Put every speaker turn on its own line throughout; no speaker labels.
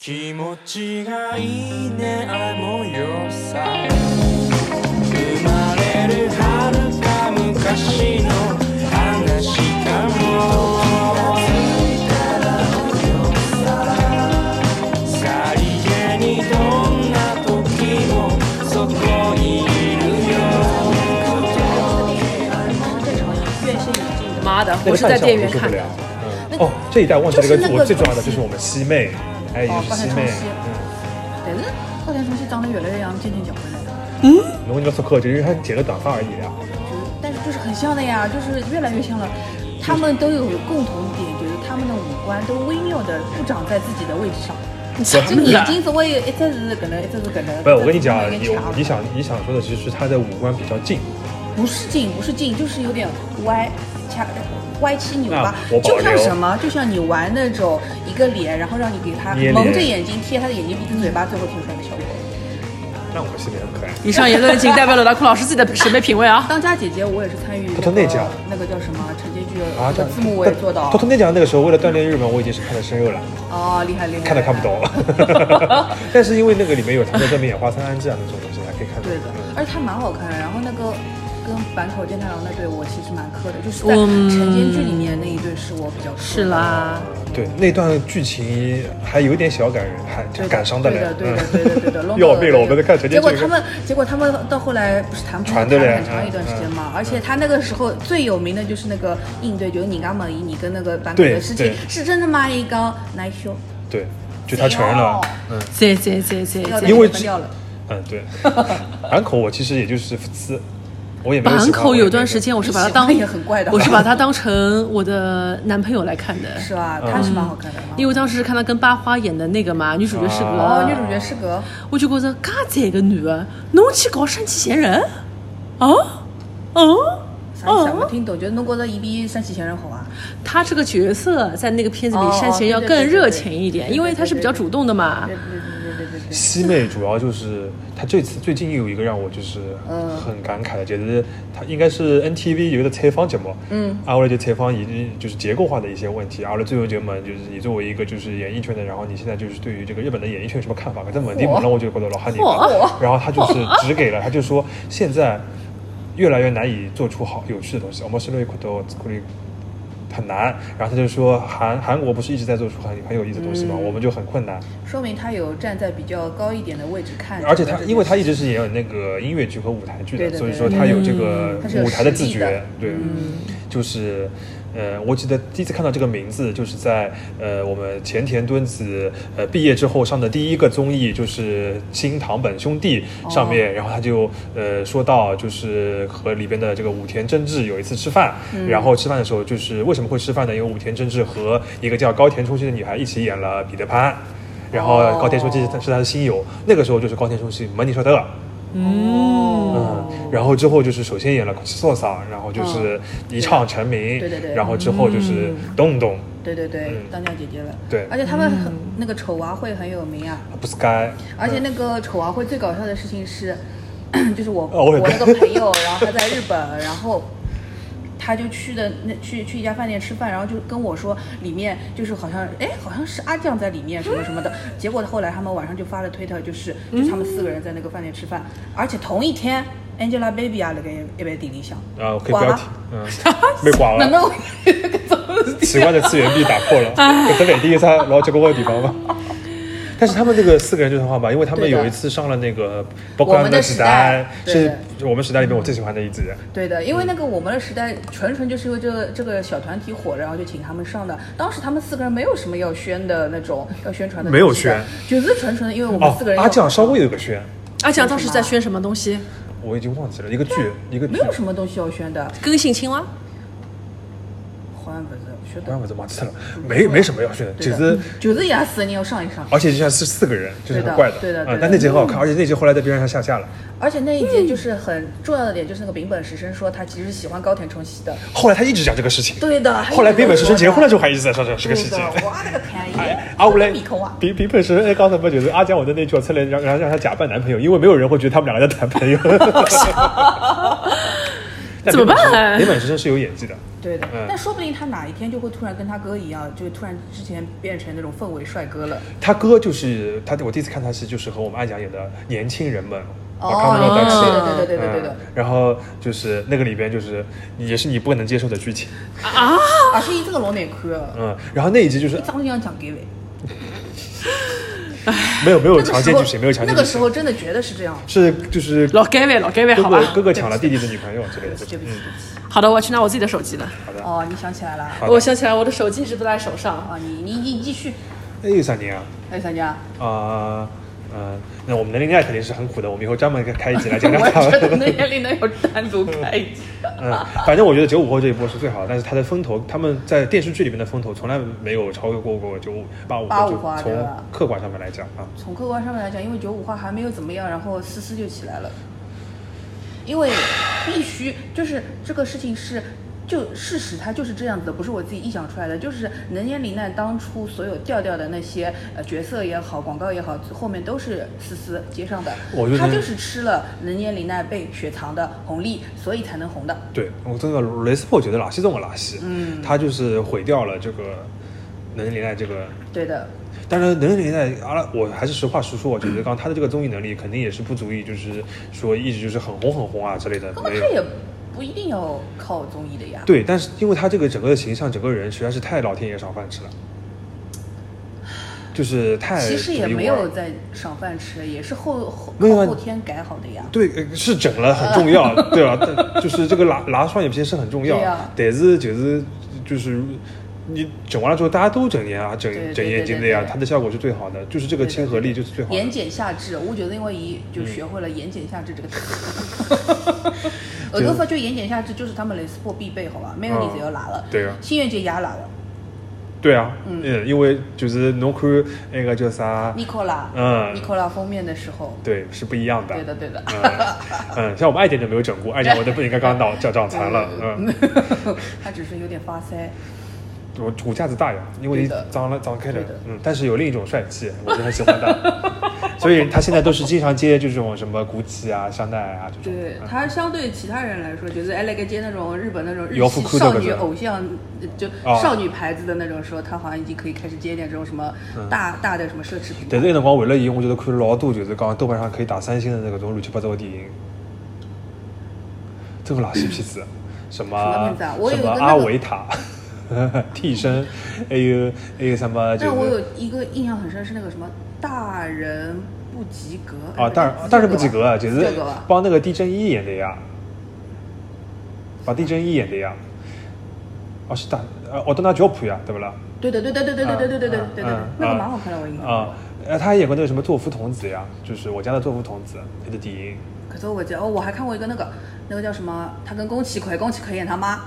気持ちがいいねあの夜さ生まれる遥か昔の話かもさりげにどんな時もそこにいるよ
院是引进的。妈的，
那
我
个
是在
看
电影
效
院
果受
看
不
的
了。。嗯哦，这一代忘记了一
就是
个
那
我
个
最重要的，
东西
就是我们西妹，哎，也
哦
是
高
西
山
妹
重。熙但是高田重熙长得越来越像渐渐小回来的，
嗯我跟你们说可，就是她剪了短发而已啊。
就是但是就是很像的呀，就是越来越像了。他们都有共同点，就是他们的五官都微妙的不长在自己的位置 上。这个眼睛只会一直是搿能，一直是搿能。
不是，我跟你讲啊，
中间
你
有点
你
卡
想你想说的其实是她的五官比较近，
不是近，不是近，就是有点歪，掐歪七扭八
那我，保
就像
留
什么，就像你玩那种一个脸，然后让你给他
捏脸
蒙着眼睛贴他的眼睛、鼻子、嘴巴，最后贴出来的效果。
那我们西妹很可爱。
以上言论仅代表了达库老师自己的审美品味啊。
当家姐姐，我也是参与那
偷偷内讲
个那个叫什么晨间剧
啊，
的字幕，我也做到
偷。偷内讲那个时候，为了锻炼日文，我已经是看得深入了，
哦，厉害厉害！
看都看不
厉害。
懂。但是因为那个里面有他的正面眼花三安之啊那种东西，还可以看懂。
对的，而且他蛮好看的。然后那个跟坂口健太郎那对，我其实蛮磕的，就是在
嗯
晨间剧里面那一对是我比较磕的
是。啦，
嗯对，那段剧情还有点小感人，还
对的
感伤的嘞。嗯
对的，对的，对的，对 的。弄得
要命了，我们在看陈
结
建
果
这
他
个。
们，结果他们到后来不是谈判
传
谈
的嗯嘞
了很长一段时间嘛。而且他那个时候最有名的就是那个应对，就是你刚猛一，你跟那个坂口
对
的事情
对
是真的吗？一刚来修，
对，就他承认了。嗯
这这这这
要
这
被
因为
分掉了。
嗯，对。 坂口，我其实也就是撕，我也没有喜
坂
欢。
口
我也
有
没
段时间我是把他
喜欢
当
也很怪的
我是把他当成我的男朋友来看的，
是吧？
嗯
他是蛮好看的嘛。
因为当时是看他跟八花演的那个嘛，女主角是个，
哦，女主角是个，
我就觉着噶这个女的，侬去搞山崎贤人，啊，哦、
啥意思啊？没听懂，就是侬觉得伊比山崎贤人好啊？
他这个角色在那个片子里
哦，
山崎贤人要
对对
更
对
热
对
情一点，
对对
因为他是比较主动的嘛
对。对对对对对对。
西妹主要就是她这次最近有一个让我就是
嗯
很感慨的，就是她应该是 NTV 有一个采访节目，
嗯，
阿拉就采访以就是结构化的一些问题，阿拉最后节目就是你作为一个就是演艺圈的，然后你现在就是对于这个日本的演艺圈有什么看法？但问题问了我就觉得老哈你
嚯
然后他就是只给了，他就说现在越来越难以做出好有趣的东西，我们是内裤都很难，然后他就说韩韩国不是一直在做出很很有意思的东西吗？
嗯
我们就很困难，
说明他有站在比较高一点的位置看这个
而且
这个事情，
他，因为他一直是演有那个音乐剧和舞台剧的，
对的
所以
对
说
的
他有这个
他是有
舞台的自
实力的嗯
觉，对，就是。呃，我记得第一次看到这个名字，就是在呃我们前田敦子呃毕业之后上的第一个综艺，就是《新堂本兄弟》
哦
上面，然后他就呃说到就是和里边的这个武田真治有一次吃饭，
嗯
然后吃饭的时候就是为什么会吃饭呢？因为武田真治和一个叫高田充希的女孩一起演了《彼得潘》，然后
哦
高田充希是他是他的新友，那个时候就是高田充希门尼说的，
哦
嗯，然后之后就是首先演了《s o s 然后就是一唱成名，
嗯对的对嗯
然后之后就是咚咚，
对对对
嗯，
当家姐姐了。
对嗯
而且他们很那个丑娃会很有名啊，
不是该，
而
嗯
且那个丑娃会最搞笑的事情是， 就是我
哦我也
我那个朋友，然后他在日本，然后。他就去的那去去一家饭店吃饭，然后就跟我说里面就是好像哎好像是阿酱在里面什么什么的，结果后来他们晚上就发了推特，就是就是他们四个人在那个饭店吃饭，而且同一天 Angelababy 啊那个一杯顶里向
啊，可以
挂
不要
了
提，嗯，被挂
哪
了，
能会有这种事
奇怪的次元壁打 破了，这北第一然后这个问地方吗？但是他们那个四个人就是很好吧，因为他们
对的
有一次上了那个《包括
我们的
时
时代对
是我们时代里面我最喜欢的一集。
对的，
嗯
因为那个我们的时代纯纯就是因为这个这个小团体火了，然后就请他们上的。当时他们四个人没有什么要宣的那种要宣传的东西的，
没有宣
就是纯纯的因为我们
哦
四个人，要、
阿酱稍微有一个宣，
阿强当时在宣什么东西？
我已经忘记了一个剧，一个剧
没，有什么东西要宣的，
跟性青蛙？
好像不是，晓
我
得
忘记怎么了，没没什么要宣的，
对
就
的
是。
就是也四个人要上一上，
而且就像是四个人，就是很怪的，
对的对的
啊
对的嗯
但那集很好看，而且那集后来在 B 站上下架了。
而且那一节就是很重要的点，就是那个丙本实生说他其实喜欢高田充希的，
后来他一直讲这个事情，
对的。
后来丙本
实
实生结婚了之后还一直在上这这个事情。
哇，那个天
哎
爷，，
阿乌嘞
米口啊，，
丙丙本实生哎，刚才不就是阿江我的那句我出来让让让他假扮男朋友，因为没有人会觉得他们 两个在谈朋友。
怎么办
丙本实生是有演技的，
对的
嗯，
但说不定他哪一天就会突然跟他哥一样，就突然之前变成那种氛围帅哥了。
他哥就是他，我第一次看他是就是和我们爱讲演的年轻人们。
哦
我看不到单词，
对对对对对对
嗯然后就是那个里边就是也是你不能接受的剧情，
而且伊这个老难看的，
嗯，然后那一集就是
一张就想讲给尾。
没有没有
那个
强
时
奸
候
剧情，没有强
那
奸剧
个时
情，
候真的觉得是这样。
是就是
老盖位，老盖位，
哥
好吧
哥。哥哥抢了弟弟的女朋友之类的，
啊对不起，对不起。
好的，我要去拿我自己的手机了。
好嗯的。
哦，你想起来了？
好的
我想起来，我的手机一直不在手上。
哦，你你你继续。
那有啥人啊？
还有三家，
啊、嗯，那我们能力爱肯定是很苦的，我们以后专门开一集来
我
讲
也
讲他
觉得
们。
那眼里能有单独开一集。
嗯，反正我觉得九五后这一波是最好的，但是他的风头，他们在电视剧里面的风头从来没有超越过过九五八
85
五后，
花
就
对
从
吧
客观上面来讲啊，
从客观上面来讲，因为九五花还没有怎么样，然后思思就起来了。因为必须就是这个事情是，就事实它就是这样子的，不是我自己臆想出来的。就是能言玲奈当初所有调调的那些呃角色也好，广告也好，后面都是思思接上的
我觉。得
她就是吃了能言玲奈被雪藏的红利，所以才能红的。
对我真的雷斯珀觉得垃圾中的垃圾，嗯，他就是毁掉了这个能力爱这个
对的，
当然，能力在阿拉，啊我还是实话实说，我觉得刚刚他的这个综艺能力肯定也是不足以，就是说一直就是很红很红啊之类的
根，本
没
她也
有。
不一定要靠综艺的呀。
对，但是因为他这个整个的形象，整个人实在是太老天爷赏饭吃了，就是太
其实也
独一无
没
二
有在赏饭吃，也是后后
没有啊
靠后天改好的呀。
对，呃是整了很重 要，对吧？但就是这个拿拿双眼皮是很重要
对啊，
但是就是就是你整完了之后，大家都整眼啊，整
对对
整
对
眼
对
睛的
对
呀，
对
啊它的效果是最好的，就是这个
对对
亲和力就是最好的。
言简下至，我觉得因为一就学会了言简下至这个词。 我都发觉言简下至就是他们蕾丝破必备，好吧？没有你
嗯
只有哪了。
对啊
新垣结也哪了，
对啊，
嗯
嗯，因为就是侬看那个叫啥，
尼可拉，
嗯
尼可拉封面的时候，
对，是不一样的。
对的对的。
嗯嗯，像我们爱点就没有整过，爱点我都不应该刚脑长长残了，嗯，
他只是有点发腮，
我骨架子大呀，因为
对的
张了张开了
对的，
嗯，但是有另一种帅气，我是很喜欢的， 所以他现在都是经常接这种什么古奇啊、香奈儿啊这种，
对
嗯
他相对其他人来说，就是 L G 街那种日本那种日
摇腹
系
裤的
少
那
女
种
偶像，呃就
哦
少女牌子的那种时候，他好像已经可以开始接一点这种什么
嗯
大大的什么奢侈品牌
但是那辰光为了伊，我觉得看老多就是讲豆瓣上可以打三星的那种乱七八糟的电影，这个垃圾片子，什么
什么片子啊我有
什
一
么
个那个
阿维塔、 替身，还有还有什么就
但我有
是
一个印象很深是那个什么大人不及格哎
啊，但是但是不及格啊，就是
这个吧，
帮那个地震一演的呀，把地震一演的呀，哦是大呃奥德纳乔普呀，对不啦？
对的对的对对对对对对对对对
嗯，
那个蛮好看的，我印象。
啊，呃他还演过那个什么作夫童子呀，就是我家的作夫童子他的电影。
可是我记得哦，我还看过一个那个那个叫什么，他跟宫崎葵，宫崎葵演他妈，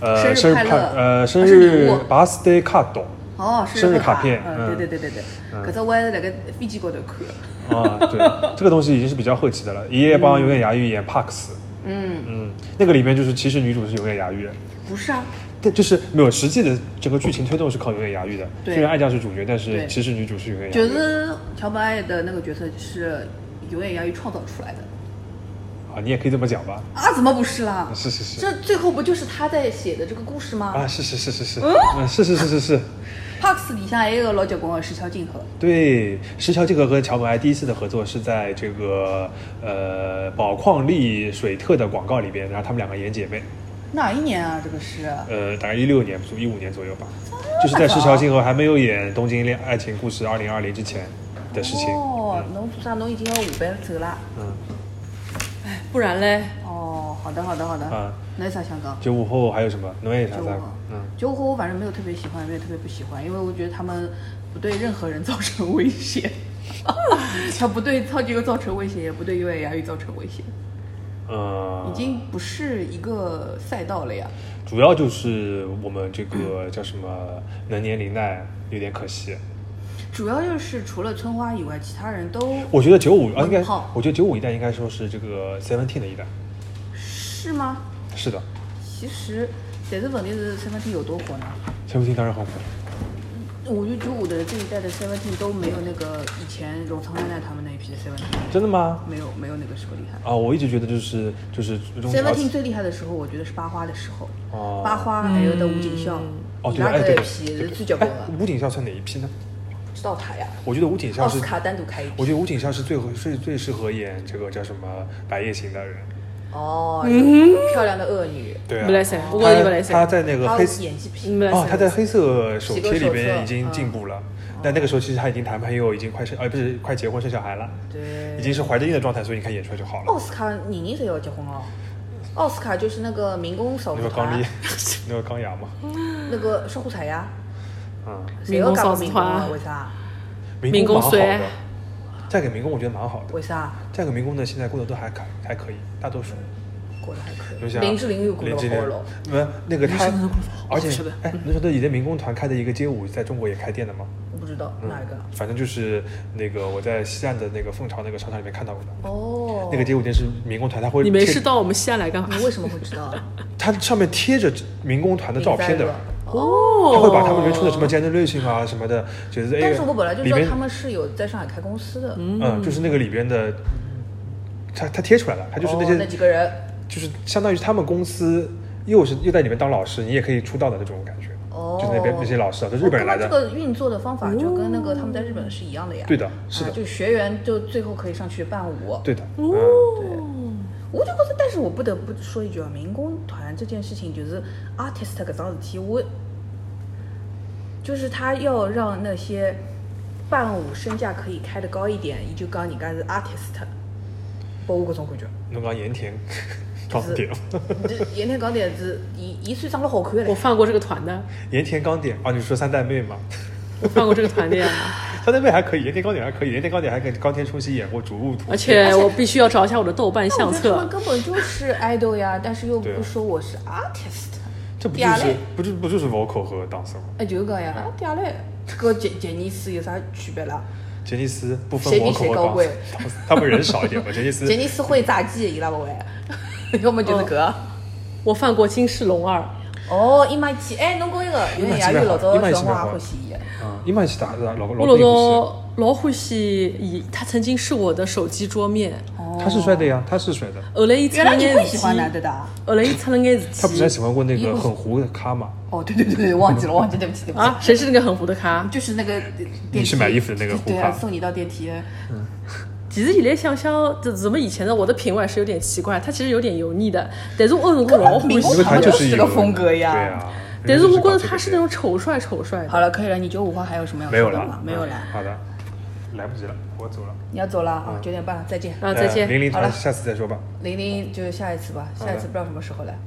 呃，
生日
生日
快
派
乐
呃生
生日
日
礼物
birthday card
哦，
生
日
日卡片
嗯，对
嗯
对对对对。
嗯
可是我还是在个飞机高头看，
啊，对，这个东西已经是比较后期的了。爷爷帮永远牙玉演 Pax，
嗯，
嗯，那个里面就是其实女主是永远牙玉，
不是啊，
但就是没有实际的整个剧情推动是靠永远牙玉的。
对
虽然爱酱是主角，但
对
是其实女主是永远牙
就
玉。
是桥本爱的那个角色是永远要于创造出来的
啊，你也可以这么讲吧？
啊，怎么不是啦？
是是是
这最后不就是他在写的这个故事吗？
啊，是是是是是，嗯，是是是是是，
Parks 里向还有一个老结棍的石桥静河，
对，石桥这个和桥本爱第一次的合作是在这个呃宝矿力水特的广告里边，然后他们两个演姐妹。
哪一年啊？这个是
呃，大概一六年、一五年左右吧，就是在石桥静河还没有演《东京恋爱情故事二零二零》之前的事情。
哦，侬做啥？侬已经要下班走啦？
嗯，
不然嘞，
哦，好的，好的，好的
啊。
那有啥想讲？
九五后还有什么？侬也有啥
九五
啥
后？
嗯，
九五后我反正没有特别喜欢，没有特别不喜欢，因为我觉得他们不对任何人造成威 胁，他不对超级哥造成威胁，也不对优雅雅语造成威胁，
呃
已，经不是一个赛道了呀。
主要就是我们这个叫什么能年龄代有点可惜。
主要就是除了春花以外，其他人都
我觉得九五啊，应
文
该
炮，
我觉得九五一代应该说是这个 Seventeen 的一代。
是吗？
是的
其实，但是问题是身份证有多火呢？
，Seventeen 当然很火。
我觉得九五的这一代的 Seventeen 都没有那个以前荣仓奈奈他们那一批的 Seventeen
真的吗？
没有没有那个时候厉害。
啊，我一直觉得就是就是中条
Seventeen 最厉害的时候，我觉得是八花的时候，
哦
八花还有的武警校，
嗯
哦
伊
对
拉
哎
克
对
一
对
批
对
最角
哎
棍了，，
吴景孝算哪一批呢？
知道他呀，
我觉得吴景孝
哦
奥
是
斯，卡单独开一
我
批。
觉得吴景孝是最合最最适合演这个叫什么《白夜行》的人。
哦，
嗯
嗯
漂亮的恶女，
对啊，
不来塞，我觉得不来
他他
塞，
在那个
她
黑色
演技平，
不来
哦，
塞。
他在黑色手
几个
贴里
手册
边已经进步了，但那个时候其实他已经谈朋友，已经快生，呃，不是快结婚生小孩了，已
对。哦
经是怀着孕的状态，所以你看演出来就好了。
奥斯卡宁宁谁要结婚哦？奥斯卡就是那个民工少
那
妇
个
团
刚，力， 那个刚雅嘛，
那个少虎彩呀，
嗯，
谁要
民工
干过
少妇
民工啊？
团
为啥？
民工蛮好
民工虽
的，嫁给民工我觉得蛮好的，
为啥？
嫁给民工的现在过得都还可还可以，大多数。
过得还可
就
以。
像
林志玲又过
林
了
志
火
玲
了，，
没那个他
林志玲过得好，
而且
是的
哎，那时候以前民工团开的一个街舞，在中国也开店的嘛，
我不知道
嗯
哪一个。
反正就是那个我在西岸的那个凤巢那个商场里面看到过的。
哦，
那个街舞店是民工团，他会
你没
贴
事到我们西安来干嘛？
你为什么会知道？啊
它上面贴着民工团的照片的
你在，
哦，
他会把他们原出的什么 generation 啊什么的，就是哎
但是我本来就知道
里面
他们是有在上海开公司的，
嗯，就是那个里边的，他他贴出来了，他就是那些、
哦那几个人。
就是相当于是他们公司又是又在里面当老师，你也可以出道的那种感觉，
哦，
就是那边那些老师啊，都是日本人来的，哦
哦那么这个运作的方法就跟那个他们在日本是一样的呀。
对的，是的，
啊就学员就最后可以上去伴舞。
对的，嗯
我就觉得，但是我不得不说一句啊，民工团这件事情就是 artist 搿桩事体，我就是他要让那些伴舞身价可以开得高一点，伊就讲人家是 artist，拨我搿种感觉。
嗯，侬讲盐田， 钢点，
就盐田讲点子，伊伊算长得好看的嘞
我，放过这个团的，
盐田钢点啊，你说三代妹嘛，
我放过这个团的啊呀。
三代妹还可以，盐田钢点还可以，盐田钢点还跟高田充希演过《逐鹿图》，
而且我必须要找一下我的豆瓣
那
相
我觉得他们
册。
根本就是 idol 呀，但是又
对啊
不说我是 artist，
这不就
嗲
是
嘞
不就不就是 vocal 和 dance 吗？
哎，就是讲呀，啊，嗲嘞，搿杰杰尼斯有啥区别啦？
杰尼斯不分
谁比
我口
谁
和
高
港
贵
他们人少一点吧。杰尼斯
杰尼斯会杂技，伊拉勿会， 要么
嗯
就是搿个。
我放过金世龙二，
哦，伊玛奇，哎，侬讲一个，原来也有老早
伊玛
的
奇
辰光
蛮好
也欢喜伊的。
啊，伊曼西达老老
我老
贝不
早老欢喜伊，他曾经是我的手机桌面。
是，他是帅的呀，他是帅的。
后来伊出
原
了
来你
眼
会
事
喜
体，
欢男的的啊？
后来伊出了眼
他
事
不是还
体
喜欢过那
伊
个
不是
很糊的咖嘛？
哦，对对对对，忘记 了忘记，对不起对不起
啊，，谁是那个很糊的咖？
就是那个电梯
你去买衣服的那个胡
对
咖
啊，送你到电梯。
其实现在想想，这怎么以前的我的品味是有点奇怪，他其实有点油腻的，但是我有辰光老欢
根本
喜
不
因为。他就是一
这个风格呀
对啊。
但是我觉得
人家
他
就是是
那
搞
种丑帅丑帅 的。
好了，可以了，你九五花还有什么要
这个没有
说的
了嗯
吗？，没有了，
嗯好的，来不及了，我走了。
你要走了啊，九点半了，再见。
嗯
啊，再见。
哎零零
好
团，
了
下次再说吧。
玲玲就下一次吧，下一次不知道什么时候来。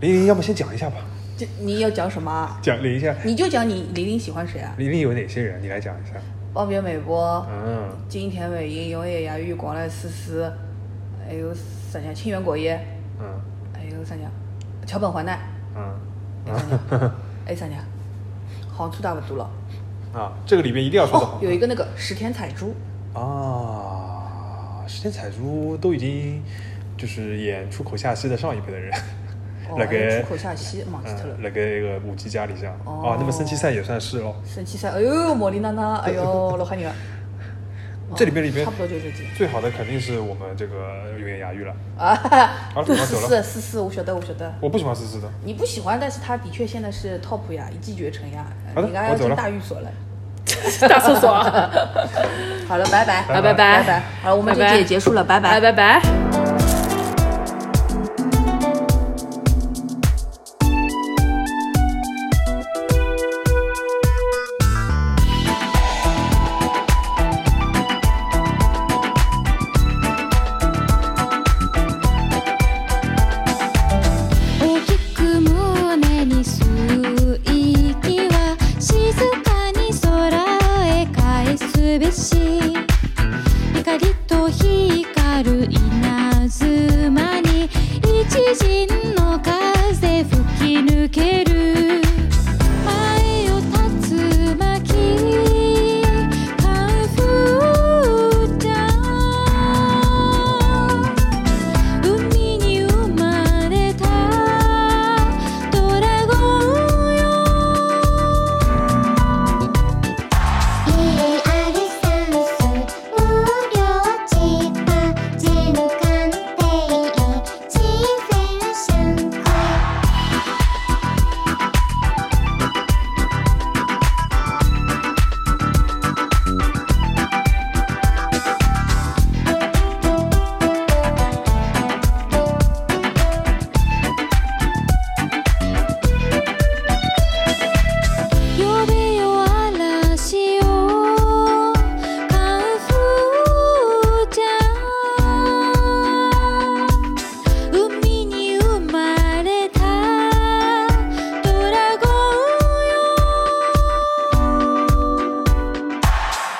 零零，要不先讲一下吧，
这你要讲什么啊？
讲一下
你就讲你玲玲喜欢谁啊？
零零有哪些人，你来讲一下。
包边美波、
嗯，
金田美樱、永野芽郁、广濑丝丝，还有啥讲？清源果耶，
嗯
还有啥讲？桥本环奈，
嗯
还有啥讲？哎好像粗大不多了。
啊，这个里边一定要说的
哦
好，。
有一个那个石田彩珠，哦
啊，石田彩珠都已经就是演出口下希的上一辈的人，
哦，
那
还有
个
出口下西忘记脱了
嗯，。那个那个舞姬家里向
哦
啊，那么森七赛也算是咯。
生气噻！哎呦，茉莉娜娜，哎呦，老吓人了。哦
这里边里边
差不多就这几
最好的肯定是我们这个永远牙玉了，
啊
好 了，
四
我走
四
了
四四，我晓得，我晓得。
我不喜欢思思的，
你不喜欢，但是他的确现在是 top 呀，一骑绝尘呀，
好的
人家
我
要
走了
进大寓所了。
大厕所啊，
好了，拜拜，
啊
拜
拜
拜
拜，
好了，我们这
拜
期
拜
也结束了，拜拜
拜。拜拜。
大きく胸に吸う息は静かに空へ返すべし光と光る稲妻に一陣の風吹き抜ける前を竜巻カンフーちゃん海に生まれたドラゴンよ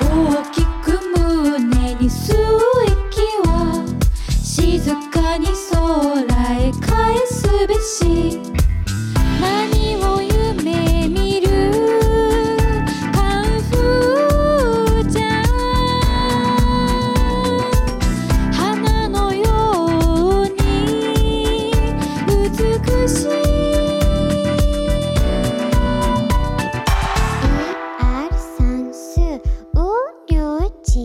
大きく胸に吸う息は静かに空へ返すべし何を夢見るカンフーちゃん花のように美しい
AR 算数、応量、自